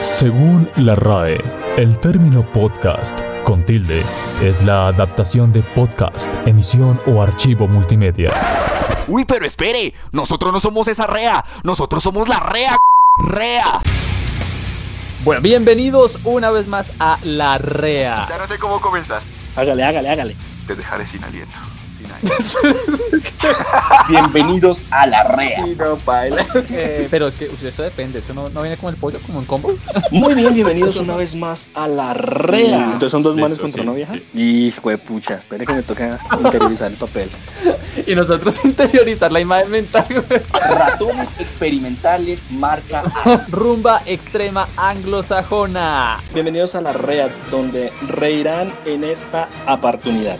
Según la RAE, el término podcast con tilde es la adaptación de podcast, emisión o archivo multimedia. Uy, pero espere, nosotros no somos esa rea, nosotros somos la rea, rea. Bueno, bienvenidos una vez más a La Rea. Ya no sé cómo comenzar. Hágale, hágale, hágale. Te dejaré sin aliento. Sin aire. Bienvenidos a la REA. no, baila. Eh, pero es que uy, eso depende, eso no, no viene como el pollo, como un combo. Muy bien, bienvenidos una vez más a la REA. Mm, Entonces son dos Listo, manes contra sí, una vieja. sí. Hijo de pucha, espere que me toca interiorizar el papel. Y nosotros interiorizar la imagen mental. güey. Ratones experimentales, marca Rumba extrema anglosajona. Bienvenidos a la REA, donde reirán en esta oportunidad.